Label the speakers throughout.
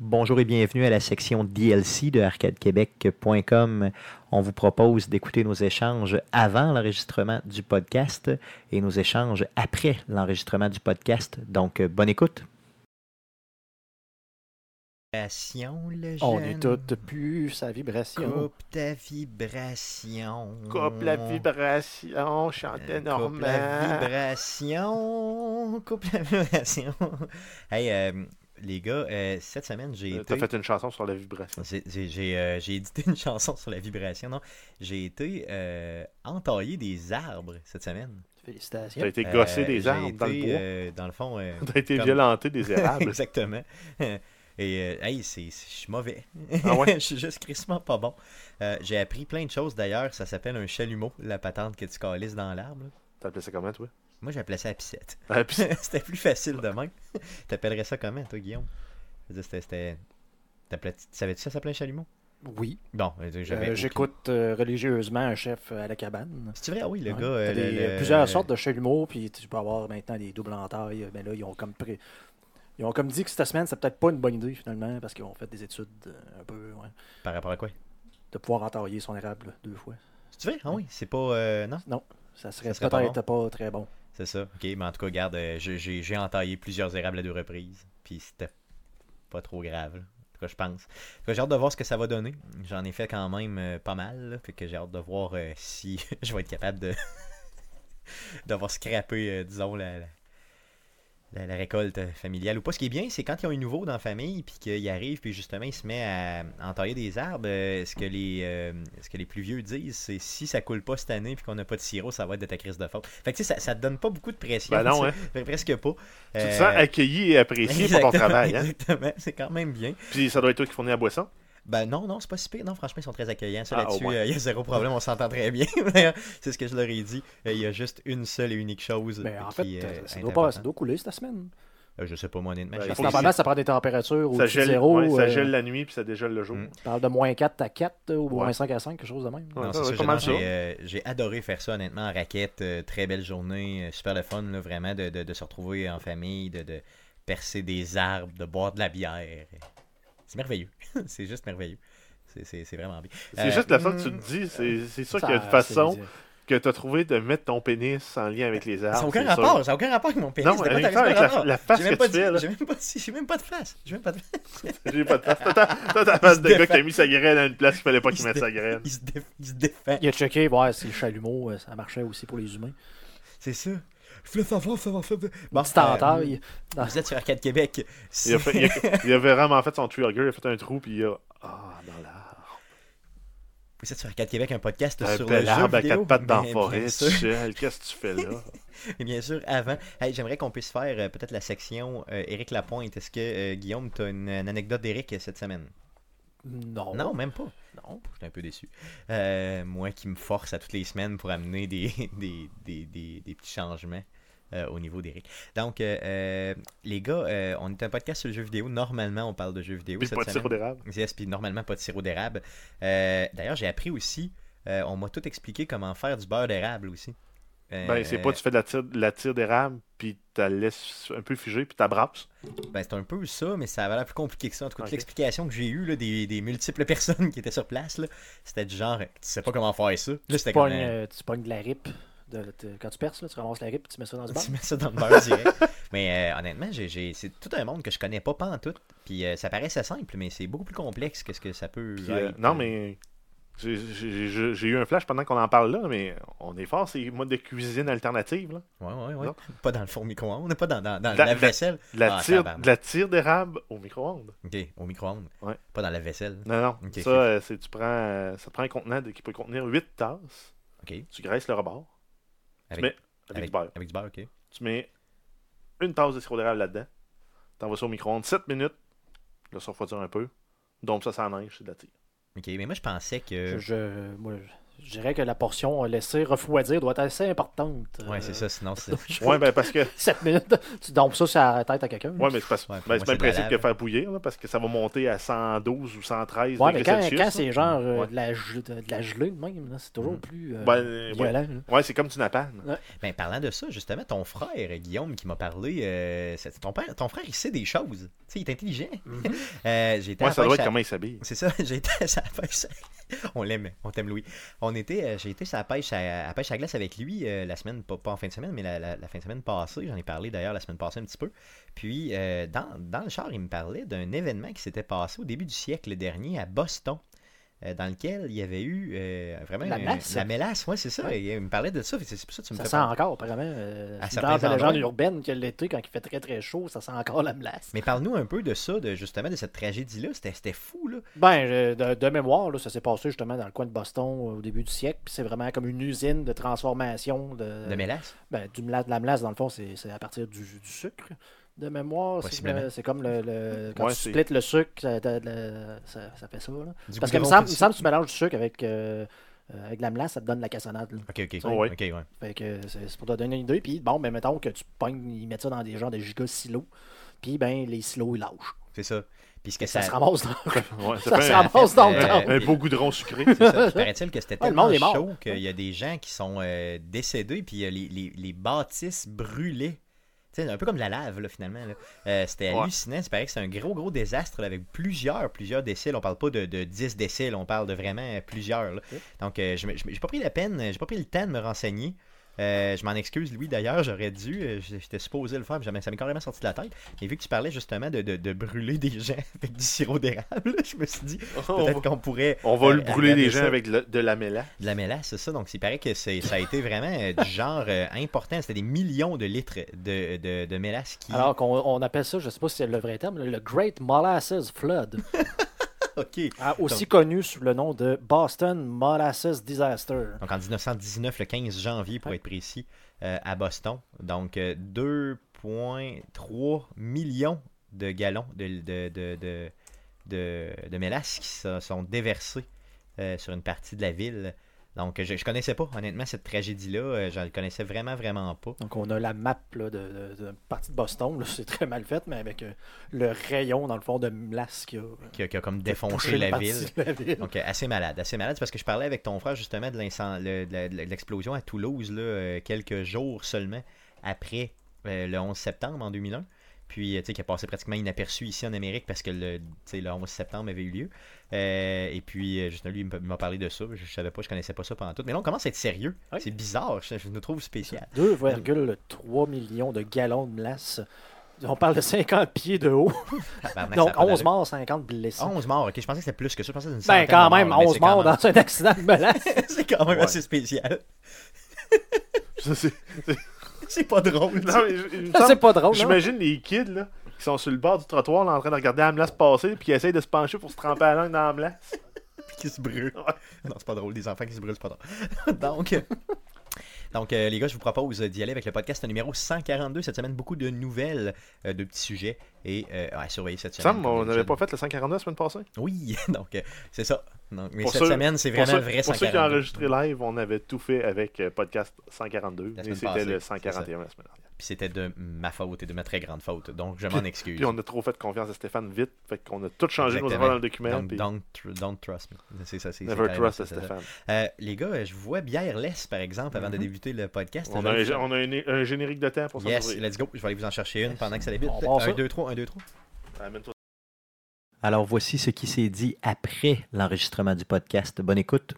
Speaker 1: Bonjour et bienvenue à la section DLC de arcadequebec.com. On vous propose d'écouter nos échanges avant l'enregistrement du podcast et nos échanges après l'enregistrement du podcast. Donc, euh, bonne écoute. Vibration, le
Speaker 2: On
Speaker 1: jeune.
Speaker 2: est tous plus sa vibration. Ah.
Speaker 1: Coupe ta vibration. Euh,
Speaker 3: Coupe la vibration, chantait
Speaker 1: Coupe la
Speaker 3: Normand.
Speaker 1: vibration. Coupe la vibration. hey, euh, les gars, euh, cette semaine, j'ai
Speaker 3: Euh,
Speaker 1: été...
Speaker 3: T'as fait une chanson sur la vibration.
Speaker 1: J'ai- J'ai j'ai, euh, j'ai édité une chanson sur la vibration, non? J'ai été euh, entailler des arbres cette semaine.
Speaker 3: T'as
Speaker 2: Félicitations.
Speaker 3: été
Speaker 1: Euh,
Speaker 3: gossé des
Speaker 1: j'ai
Speaker 3: arbres dans le
Speaker 1: été,
Speaker 3: bois.
Speaker 1: euh, dans le fond. euh,
Speaker 3: T'as été
Speaker 1: comme-
Speaker 3: violenté des érables.
Speaker 1: Exactement. Et euh, hey, c'est- c'est- je suis mauvais.
Speaker 3: Ah ouais?
Speaker 1: je suis juste crissement pas bon. Euh, J'ai appris plein de choses d'ailleurs. Ça s'appelle un chalumeau, la patente que tu calisses dans l'arbre. là.
Speaker 3: T'as appelé ça comment, toi?
Speaker 1: Moi, j'appelais ça la piscette.
Speaker 3: Ah, pis-
Speaker 1: C'était plus facile de même. T'appellerais ça comment, toi, Guillaume? Je veux dire, c'était- C'était. t'appelais- Tu savais-tu ça s'appelait un chalumeau?
Speaker 2: Oui.
Speaker 1: Bon, euh, j'avais
Speaker 2: Euh,
Speaker 1: aucune-
Speaker 2: J'écoute euh, religieusement un chef à la cabane.
Speaker 1: C'est vrai, ah oui, le
Speaker 2: Ouais.
Speaker 1: gars. euh,
Speaker 2: T'as des-
Speaker 1: le- le-
Speaker 2: Plusieurs sortes de chalumeaux, puis tu peux avoir maintenant des doubles entailles. Mais là, ils ont comme pré- Ils ont comme dit que cette semaine, c'est peut-être pas une bonne idée finalement, parce qu'ils ont fait des études euh, un peu ouais,
Speaker 1: Par rapport à quoi
Speaker 2: de pouvoir entailler son érable là, deux fois.
Speaker 1: Tu vrai? Ah oui, c'est pas. euh, non,
Speaker 2: Ça serait,
Speaker 1: Ça serait pas
Speaker 2: peut-être pas, très bon.
Speaker 1: c'est ça. Ok, mais en tout cas, regarde, euh, j'ai- j'ai j'ai entaillé plusieurs érables à deux reprises. Puis c'était pas trop grave. là. En tout cas, je pense. En tout cas, J'ai hâte de voir ce que ça va donner. J'en ai fait quand même euh, pas mal. là. Fait que j'ai hâte de voir euh, si je vais être capable de. d'avoir scrappé, euh, disons, la. la... la- la récolte euh, familiale ou pas. Ce qui est bien, c'est quand ils ont un nouveau dans la famille, puis qu'il arrive, puis justement, il se met à entailler des arbres. euh, ce, que les, euh, ce que les plus vieux disent, c'est si ça coule pas cette année, puis qu'on n'a pas de sirop, ça va être de ta crise de faute. Fait que tu sais, ça, ça te donne pas beaucoup de pression.
Speaker 3: Ben non,
Speaker 1: tu
Speaker 3: hein.
Speaker 1: sais. Fait Presque pas.
Speaker 3: Tu te
Speaker 1: Euh,
Speaker 3: sens accueilli et apprécié pour ton
Speaker 1: exactement,
Speaker 3: travail, hein?
Speaker 1: Exactement, c'est quand même bien.
Speaker 3: Puis ça doit être toi qui fournis la boisson.
Speaker 1: Ben non, non, c'est pas si pire. Non, franchement, ils sont très accueillants. Ça,
Speaker 3: Ah,
Speaker 1: là-dessus,
Speaker 3: au moins.
Speaker 1: euh, il y a zéro problème, on s'entend très bien. D'ailleurs, c'est ce que je leur ai dit. Euh, Il y a juste une seule et unique chose.
Speaker 2: Mais en fait,
Speaker 1: qui, euh,
Speaker 2: euh, ça,
Speaker 1: est
Speaker 2: doit pas, ça
Speaker 1: importante.
Speaker 2: doit couler cette semaine.
Speaker 1: Euh, je sais pas, moi, honnêtement.
Speaker 3: Ben,
Speaker 1: j'ai
Speaker 3: il
Speaker 2: Parce
Speaker 3: faut
Speaker 2: que
Speaker 1: pas
Speaker 3: que-
Speaker 2: normalement, ça prend des températures
Speaker 3: Ça
Speaker 2: au-dessus de
Speaker 3: gèle,
Speaker 2: zéro.
Speaker 3: ouais, ça
Speaker 2: euh,
Speaker 3: gèle la nuit, puis ça dégèle le jour.
Speaker 1: Mm.
Speaker 2: On parle de moins 4 à 4 ou
Speaker 3: Ouais.
Speaker 2: moins 5 à 5, quelque chose de même.
Speaker 3: Ouais,
Speaker 1: Non,
Speaker 3: ça,
Speaker 1: c'est
Speaker 3: ouais,
Speaker 1: ça,
Speaker 3: pas mal
Speaker 1: j'ai-
Speaker 3: ça.
Speaker 1: j'ai, euh, j'ai adoré faire ça, honnêtement, en raquette. Euh, très belle journée, euh, super le fun, là, vraiment, de, de- de se retrouver en famille, de, de percer des arbres, de boire de la bière. C'est merveilleux. c'est juste merveilleux. C'est, c'est- c'est vraiment bien.
Speaker 3: C'est
Speaker 1: Euh,
Speaker 3: juste la façon que
Speaker 1: hmm.
Speaker 3: tu te dis. C'est c'est sûr
Speaker 2: Ça,
Speaker 3: qu'il y a une
Speaker 2: c'est-
Speaker 3: façon que t'as trouvé de mettre ton pénis en lien avec les arbres.
Speaker 1: ça n'a aucun
Speaker 3: c'est sûr.
Speaker 1: rapport, ça n'a aucun rapport avec mon pénis.
Speaker 3: Non,
Speaker 1: c'est quoi
Speaker 3: avec
Speaker 1: ta-
Speaker 3: ça,
Speaker 1: c'est
Speaker 3: avec
Speaker 1: quoi le
Speaker 3: la,
Speaker 1: rapport?
Speaker 3: la face
Speaker 1: J'ai même,
Speaker 3: que
Speaker 1: pas
Speaker 3: tu
Speaker 1: dit-
Speaker 3: fais, là.
Speaker 1: j'ai même pas dit- j'ai même pas de face. J'ai même pas de face.
Speaker 3: J'ai pas de face. Toi, ta- Toi, ta face de
Speaker 1: Il se
Speaker 3: gars qui a mis sa graine à une place qu'il fallait pas qu'il
Speaker 1: se
Speaker 3: mette
Speaker 1: dé-
Speaker 3: sa graine.
Speaker 1: Il se, dé- il se défend.
Speaker 2: Il a checké, ouais, si le chalumeau, euh, ça marchait aussi pour les humains.
Speaker 1: C'est ça. Je voulais savoir, ça va faire.
Speaker 2: Bon, Petite entaille.
Speaker 1: euh, Vous êtes sur Arcade Québec.
Speaker 3: Il a, fait- il a- il a vraiment fait son trigger, il a fait un trou, puis il a. Ah, dans l'arbre.
Speaker 1: Vous êtes sur Arcade Québec, un podcast
Speaker 3: Un
Speaker 1: sur le
Speaker 3: bel
Speaker 1: jeu
Speaker 3: arbre à
Speaker 1: vidéo.
Speaker 3: quatre pattes dans la
Speaker 1: Mais
Speaker 3: forêt,
Speaker 1: bien sûr-
Speaker 3: Michel, qu'est-ce que tu fais là?
Speaker 1: Et bien sûr, avant, hey, j'aimerais qu'on puisse faire euh, peut-être la section euh, Éric Lapointe. Est-ce que, euh, Guillaume, tu as une, une anecdote d'Éric euh, cette semaine?
Speaker 2: Non.
Speaker 1: Non, même pas.
Speaker 2: Non.
Speaker 1: J'étais un peu déçu. Euh, moi qui me force à toutes les semaines pour amener des, des, des, des- des petits changements euh, au niveau d'Eric. Donc, euh, euh, les gars, euh, on est un podcast sur le jeu vidéo. Normalement, on parle de jeux vidéo.
Speaker 3: Puis
Speaker 1: cette
Speaker 3: pas de
Speaker 1: semaine.
Speaker 3: sirop d'érable.
Speaker 1: Yes, puis normalement pas de sirop d'érable. Euh, D'ailleurs, j'ai appris aussi, euh, on m'a tout expliqué comment faire du beurre d'érable aussi. Euh,
Speaker 3: Ben, c'est pas tu fais de la tire, de la tire d'érable, puis tu la laisses un peu figée, puis tu brasses.
Speaker 1: Ben, c'est un peu ça, mais ça avait l'air plus compliqué que ça. En tout cas, toute
Speaker 3: Ok.
Speaker 1: l'explication que j'ai eue là, des, des multiples personnes qui étaient sur place, là, c'était du genre, tu sais pas comment faire ça. Là,
Speaker 2: Tu
Speaker 1: c'était comme,
Speaker 2: pognes,
Speaker 1: euh,
Speaker 2: euh, tu pognes de la rip. de- de- quand tu perces, là, tu ramasses la rip tu mets ça dans du bac.
Speaker 1: Tu mets ça dans le beurre direct. Mais euh, honnêtement, j'ai- j'ai- c'est tout un monde que je connais pas pas en tout. Puis euh, ça paraissait simple, mais c'est beaucoup plus complexe que ce que ça peut.
Speaker 3: Puis, euh,
Speaker 1: être.
Speaker 3: non, mais j'ai- j'ai j'ai- j'ai eu un flash pendant qu'on en parle là, mais on est fort, c'est mode de cuisine alternative. Là.
Speaker 1: Ouais, ouais, ouais.
Speaker 3: Non.
Speaker 1: Pas dans le four micro-ondes, pas dans, dans, dans
Speaker 3: La-
Speaker 1: la vaisselle.
Speaker 3: De la
Speaker 1: Ah,
Speaker 3: tire
Speaker 1: tabarnak.
Speaker 3: de la tire d'érable au micro-ondes.
Speaker 1: Ok, au micro-ondes.
Speaker 3: Ouais.
Speaker 1: Pas dans la vaisselle.
Speaker 3: Non, non.
Speaker 1: Ok,
Speaker 3: ça,
Speaker 1: ok.
Speaker 3: euh, c'est- tu prends, euh, ça te prend un contenant de- qui peut contenir 8 tasses.
Speaker 1: Ok.
Speaker 3: Tu graisses le rebord.
Speaker 1: Avec-
Speaker 3: tu mets avec, du beurre.
Speaker 1: Avec du beurre, ok.
Speaker 3: Tu mets une tasse de sirop d'érable là-dedans. T'envoies ça au micro-ondes 7 minutes. Là, ça refroidir un peu. Donc ça, ça neige, c'est de la tire.
Speaker 1: Ok, mais moi je pensais que.
Speaker 2: Je, moi, je- je dirais que la portion euh, laissée refroidir doit être assez importante.
Speaker 1: Ouais,
Speaker 3: euh,
Speaker 1: c'est ça, sinon c'est.
Speaker 3: Ouais, ben parce que.
Speaker 2: 7 minutes, tu dompes ça sur la tête à quelqu'un.
Speaker 3: Ouais, mais c'est parce-
Speaker 1: Ouais, pour
Speaker 3: ben,
Speaker 1: moi,
Speaker 3: c'est
Speaker 1: c'est
Speaker 3: pas le
Speaker 1: de la lave.
Speaker 3: principe que faire bouillir, là, parce que ça va monter à 112 ou 113
Speaker 2: Ouais, mais
Speaker 3: degrés
Speaker 2: quand,
Speaker 3: Celsius.
Speaker 2: quand
Speaker 3: là.
Speaker 2: c'est genre euh,
Speaker 3: Ouais.
Speaker 2: de, la, ge- de, de la gelée de même, là, c'est toujours plus euh,
Speaker 3: Ben, euh, ouais.
Speaker 2: violent. là.
Speaker 3: Ouais, c'est comme du napalm.
Speaker 1: Ben, parlant de ça, justement, ton frère, Guillaume, qui m'a parlé, euh, c'est- ton, père, ton frère, il sait des choses. Tu sais, il est intelligent. Euh, j'ai été à la
Speaker 3: Ouais, Mm-hmm. ça doit
Speaker 1: pêche
Speaker 3: être
Speaker 1: à-
Speaker 3: comment il s'habille.
Speaker 1: C'est ça, j'ai été à la pêche. On l'aimait, on t'aime Louis. On était, euh, j'ai été à la pêche à, à la pêche à glace avec lui euh, la semaine, pas, pas en fin de semaine, mais la, la- la fin de semaine passée. J'en ai parlé d'ailleurs la semaine passée un petit peu. Puis euh, dans, dans le char, il me parlait d'un événement qui s'était passé au début du siècle dernier à Boston. euh, dans lequel il y avait eu euh, vraiment
Speaker 2: La
Speaker 1: un-
Speaker 2: mélasse.
Speaker 1: la mélasse, ouais, c'est ça. Et il me parlait de ça, fait que c'est pour ça que tu me
Speaker 2: Ça
Speaker 1: fais
Speaker 2: sent
Speaker 1: penser.
Speaker 2: encore, apparemment. euh,
Speaker 1: À
Speaker 2: dans
Speaker 1: certains
Speaker 2: la légende
Speaker 1: endroits.
Speaker 2: urbaine que l'été, quand il fait très très chaud, ça sent encore la melasse.
Speaker 1: Mais parle-nous un peu de ça, de justement de cette tragédie-là. C'était c'était fou, là.
Speaker 2: Ben, je- de, de mémoire, là, ça s'est passé justement dans le coin de Boston euh, au début du siècle. Puis c'est vraiment comme une usine de transformation de,
Speaker 1: De mélasse.
Speaker 2: ben, du melasse. De la melasse, dans le fond, c'est c'est à partir du, du sucre de mémoire. C'est
Speaker 1: Possiblement.
Speaker 2: euh, C'est comme le, le- quand
Speaker 3: Ouais,
Speaker 2: tu
Speaker 3: c'est-
Speaker 2: splits le sucre, ça, ça- ça- ça fait ça. Là.
Speaker 1: Du
Speaker 2: Parce que me
Speaker 1: goudron
Speaker 2: semble,
Speaker 1: puis
Speaker 2: me
Speaker 1: du
Speaker 2: semble que tu mélanges du sucre avec, euh, euh, avec de la melasse, ça te donne de la cassonade. là.
Speaker 1: Ok, ok.
Speaker 2: Oh,
Speaker 3: Ouais.
Speaker 1: Ok, ouais.
Speaker 2: Fait que c'est c'est pour te donner une idée. Puis bon, ben mettons que tu pognes, ils mettent ça dans des genres de giga silos. Puis ben les silos ils lâchent.
Speaker 1: C'est ça. Puis ce que
Speaker 2: Ça,
Speaker 1: ça.
Speaker 2: se ramasse dans,
Speaker 3: Ouais, ça,
Speaker 2: ça
Speaker 3: fait
Speaker 2: se
Speaker 3: un,
Speaker 1: ramasse
Speaker 2: ramasse dans le
Speaker 1: euh,
Speaker 2: temps.
Speaker 3: un beau goudron sucré.
Speaker 1: C'est ça. Puis paraît-il que c'était
Speaker 2: Ouais, le monde
Speaker 1: tellement
Speaker 2: est mort.
Speaker 1: chaud qu'il y a des gens qui sont euh, décédés, puis euh, les, les, les bâtisses brûlaient. Tu sais, un peu comme de la lave, là, finalement. là. Euh, c'était
Speaker 3: Ouais.
Speaker 1: hallucinant. C'est pareil que c'est un gros, gros désastre là, avec plusieurs, plusieurs décès. là. On parle pas de, de 10 décès, là. on parle de vraiment euh, plusieurs. là. Donc, euh, je me- je me- j'ai pas pris la peine, euh, j'ai pas pris le temps de me renseigner. Euh, je m'en excuse, Louis, d'ailleurs, j'aurais dû, euh, j- j'étais supposé le faire, mais jamais- ça m'est carrément sorti de la tête. Et vu que tu parlais justement de, de- de brûler des gens avec du sirop d'érable, je me suis dit,
Speaker 2: Oh,
Speaker 3: on
Speaker 1: peut-être
Speaker 3: va,
Speaker 1: qu'on pourrait
Speaker 3: on va le
Speaker 1: euh,
Speaker 3: brûler les
Speaker 1: regarder
Speaker 3: gens
Speaker 1: ça.
Speaker 3: avec de la- de la mélasse.
Speaker 1: De la mélasse, c'est ça. Donc, il paraît que c'est- ça a été vraiment euh, du genre euh, important. C'était des millions de litres de, de, de mélasse qui.
Speaker 2: Alors qu'on on appelle ça, je sais pas si c'est le vrai terme, le Great Molasses Flood.
Speaker 1: OK.
Speaker 2: Ah, aussi connu sous le nom de Boston Molasses Disaster.
Speaker 1: Donc, en 1919, le 15 janvier, pour être précis, euh, à Boston. Donc, euh, 2,3 millions de gallons de, de, de, de, de- de mélasse qui se sont déversés euh, sur une partie de la ville. Donc, je ne connaissais pas, honnêtement, cette tragédie-là. Euh, Je ne connaissais vraiment, vraiment pas.
Speaker 2: Donc on a la map là, de, de, de partie de Boston, là, c'est très mal fait, mais avec euh, le rayon dans le fond de melasse qui a
Speaker 1: Qui a, qui a comme
Speaker 2: touché
Speaker 1: défoncé
Speaker 2: une
Speaker 1: la
Speaker 2: partie
Speaker 1: ville.
Speaker 2: de la ville.
Speaker 1: Donc, euh, assez malade, assez malade. C'est parce que je parlais avec ton frère justement de l'incend- le- de la- de l'explosion à Toulouse là, euh, quelques jours seulement après euh, le 11 septembre en 2001. Puis, euh, tu sais, qui a passé pratiquement inaperçu ici en Amérique parce que le, tu sais, le 11 septembre avait eu lieu. Euh, et puis, euh, justement, lui, il m'a- il m'a parlé de ça. Je savais pas, je connaissais pas ça pendant tout. Mais là, on commence à être sérieux.
Speaker 2: Oui.
Speaker 1: C'est bizarre. Je, je nous trouve spécial.
Speaker 2: 2,3 millions de gallons de melasse. On parle de 50 pieds de haut.
Speaker 1: Tabarnak, ça
Speaker 2: Donc
Speaker 1: a pas
Speaker 2: 11
Speaker 1: d'allure.
Speaker 2: morts, 50 blessés.
Speaker 3: Oh,
Speaker 1: 11 morts, ok. Je pensais que c'était plus que ça. Je pensais que c'était
Speaker 2: ben
Speaker 1: une
Speaker 2: quand
Speaker 1: centaine de
Speaker 2: même,
Speaker 1: morts, mais
Speaker 2: 11
Speaker 1: c'est quand
Speaker 2: morts
Speaker 1: même-
Speaker 2: dans un accident de melasse.
Speaker 1: c'est quand même
Speaker 3: Ouais.
Speaker 1: assez spécial.
Speaker 3: Ça, c'est-
Speaker 1: C'est pas drôle.
Speaker 3: Non, mais je- il me
Speaker 2: Ça, c'est
Speaker 3: semble-
Speaker 2: pas drôle. hein? non?
Speaker 3: J'imagine les kids là, qui sont sur le bord du trottoir là, en train de regarder la melasse passer puis qui essayent de se pencher pour se tremper la langue dans la melasse.
Speaker 1: qui se brûle.
Speaker 3: Ouais.
Speaker 1: Non, c'est pas drôle, des enfants qui se brûlent, c'est pas drôle. donc, euh, donc euh, les gars, je vous propose d'y aller avec le podcast numéro 142 cette semaine. Beaucoup de nouvelles, euh, de petits sujets et euh, à surveiller cette
Speaker 3: Il me
Speaker 1: semaine.
Speaker 3: semble
Speaker 1: comme
Speaker 3: on n'avait
Speaker 1: d'habitude.
Speaker 3: pas fait le 142 la semaine passée.
Speaker 1: Oui, donc euh, c'est ça. Donc, mais
Speaker 3: Pour
Speaker 1: cette
Speaker 3: ceux-
Speaker 1: semaine, c'est vraiment
Speaker 3: pour
Speaker 1: le
Speaker 3: ceux,
Speaker 1: vrai
Speaker 3: pour ceux qui ont
Speaker 1: 142.
Speaker 3: enregistré live, on avait tout fait avec euh, podcast 142,
Speaker 1: La
Speaker 3: mais
Speaker 1: semaine
Speaker 3: c'était
Speaker 1: passée, c'est
Speaker 3: le
Speaker 1: ça.
Speaker 3: 141 la semaine dernière.
Speaker 1: Puis c'était de ma faute et de ma très grande faute. Donc je m'en excuse.
Speaker 3: Puis on a trop fait confiance à Stéphane vite, fait qu'on a tout changé nos
Speaker 1: Exactement.
Speaker 3: affaires dans le document.
Speaker 1: Donc,
Speaker 3: puis
Speaker 1: don't, tr- don't trust me. C'est ça, c'est
Speaker 3: never
Speaker 1: c'est carrément
Speaker 3: trust
Speaker 1: ça, c'est ça.
Speaker 3: Stéphane. Mhm.
Speaker 1: Euh, les gars, euh, je vous vois bière-less, par exemple, avant de débuter le podcast.
Speaker 3: On
Speaker 1: Je
Speaker 3: a,
Speaker 1: vais
Speaker 3: un,
Speaker 1: vous-
Speaker 3: on a un- un générique de temps pour s'en
Speaker 1: Yes,
Speaker 3: ouvrir.
Speaker 1: let's go. Je vais aller vous en chercher une pendant que ça débute.
Speaker 2: On part ça.
Speaker 1: 1, 2, 3, 1, 2, 3.
Speaker 3: Amène-toi
Speaker 1: Alors voici ce qui s'est dit après l'enregistrement du podcast. Bonne écoute.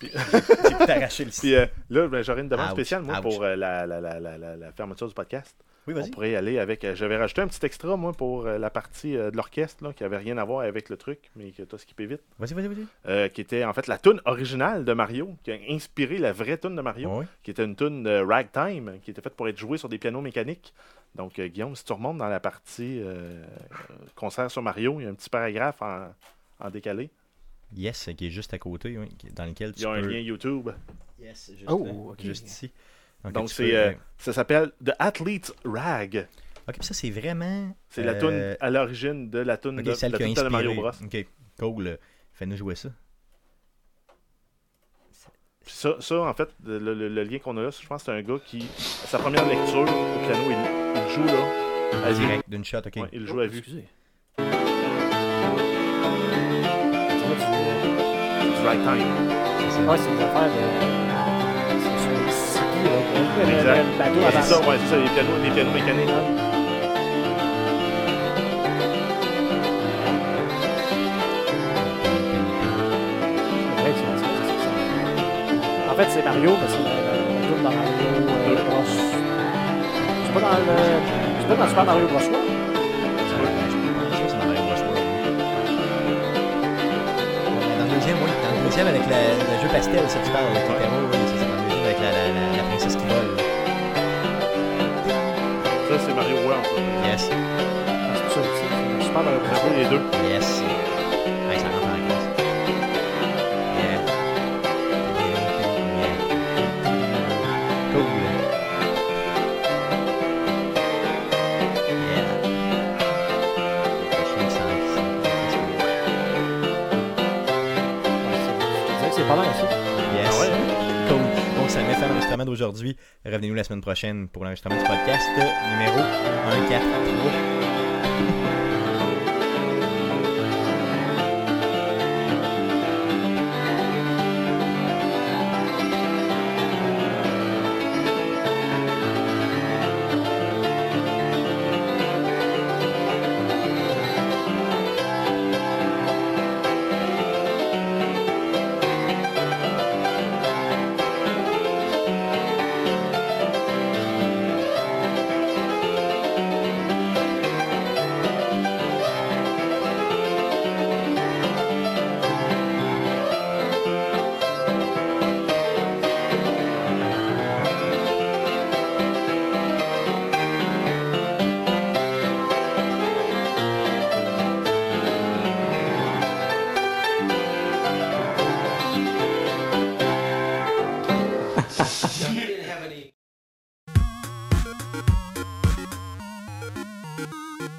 Speaker 3: Puis-
Speaker 1: t'arracher le
Speaker 3: Puis euh, là, ben, j'aurais une demande
Speaker 1: Ouch,
Speaker 3: spéciale, moi,
Speaker 1: ouch.
Speaker 3: pour euh, la, la- la- la- la- la fermeture du podcast.
Speaker 1: euh, Oui,
Speaker 3: On
Speaker 1: vas-y.
Speaker 3: pourrait y aller avec. euh, J'avais rajouté un petit extra, moi, pour euh, la partie euh, de l'orchestre, là, qui avait rien à voir avec le truc, mais que t'as skippé vite.
Speaker 1: Vas-y, vas-y, vas-y.
Speaker 3: Euh, qui était en fait la tune originale de Mario, qui a inspiré la vraie tune de Mario,
Speaker 1: Oui.
Speaker 3: qui était une tune de ragtime, qui était faite pour être jouée sur des pianos mécaniques. Donc, euh, Guillaume, si tu remontes dans la partie euh, concert sur Mario, il y a un petit paragraphe en, en décalé.
Speaker 1: Yes, qui est juste à côté, oui, qui- dans lequel
Speaker 3: Il
Speaker 1: tu
Speaker 3: y a un
Speaker 1: peux...
Speaker 3: lien YouTube.
Speaker 1: Yes, juste,
Speaker 2: Oh,
Speaker 1: là,
Speaker 2: ok.
Speaker 1: juste ici.
Speaker 3: Donc,
Speaker 1: tu
Speaker 3: c'est,
Speaker 1: peux-
Speaker 3: euh, Ça s'appelle The Athlete's Rag.
Speaker 1: Ok, puis ça, c'est vraiment...
Speaker 3: C'est la
Speaker 1: euh,
Speaker 3: tune à l'origine de la tune
Speaker 1: Ok,
Speaker 3: de,
Speaker 1: celle
Speaker 3: la
Speaker 1: qui a
Speaker 3: tune de
Speaker 1: inspiré.
Speaker 3: Mario Bros.
Speaker 1: Ok, cool. Fais-nous jouer ça. Ça
Speaker 3: Puis ça, ça, en fait, le, le- le lien qu'on a là, je pense que c'est un gars qui, à sa première lecture au piano, il, il joue là.
Speaker 1: En direct, d'une shot, ok.
Speaker 3: Ouais, il joue à vue.
Speaker 2: Excusez.
Speaker 3: Tu vois, du- du ragtime.
Speaker 2: Ouais, c'est une affaire de. C'est sur le Mississippi, là, que-
Speaker 3: Exact.
Speaker 2: Euh, le bateau
Speaker 3: C'est
Speaker 2: avance.
Speaker 3: ça, ouais, c'est ça, les pianos, les pianos mécaniques.
Speaker 2: Ouais, c'est- c'est- c'est- c'est ça. En fait, c'est Mario, mais c'est le- le euh, tour dans Mario euh, Bros. C'est pas dans le. C'est pas dans Super Mario Bros. World?
Speaker 1: Dans le deuxième, oui. Dans le deuxième, avec la- le jeu pastel, ça tu parles, le terreau, oui, c'est ça, dans le deuxième, avec la, la, la, la princesse qui vole.
Speaker 3: Ça, c'est Mario World. ça.
Speaker 1: Yes,
Speaker 2: Ah, C'est pas ça, c'est Super Mario
Speaker 3: Ça
Speaker 2: Bros.
Speaker 3: joue les deux.
Speaker 1: yes. Ouais, ça rentre en classe. Yeah. Yeah. Cool. Yeah. Je suis sans-
Speaker 2: Je dirais que C'est pas mal ça.
Speaker 1: Yes.
Speaker 3: Ah
Speaker 2: Ah
Speaker 3: hein?
Speaker 2: hein?
Speaker 1: Cool. Donc, ça met fin à l'enregistrement d'aujourd'hui. Revenez-nous la semaine prochaine pour l'enregistrement du podcast numéro 143.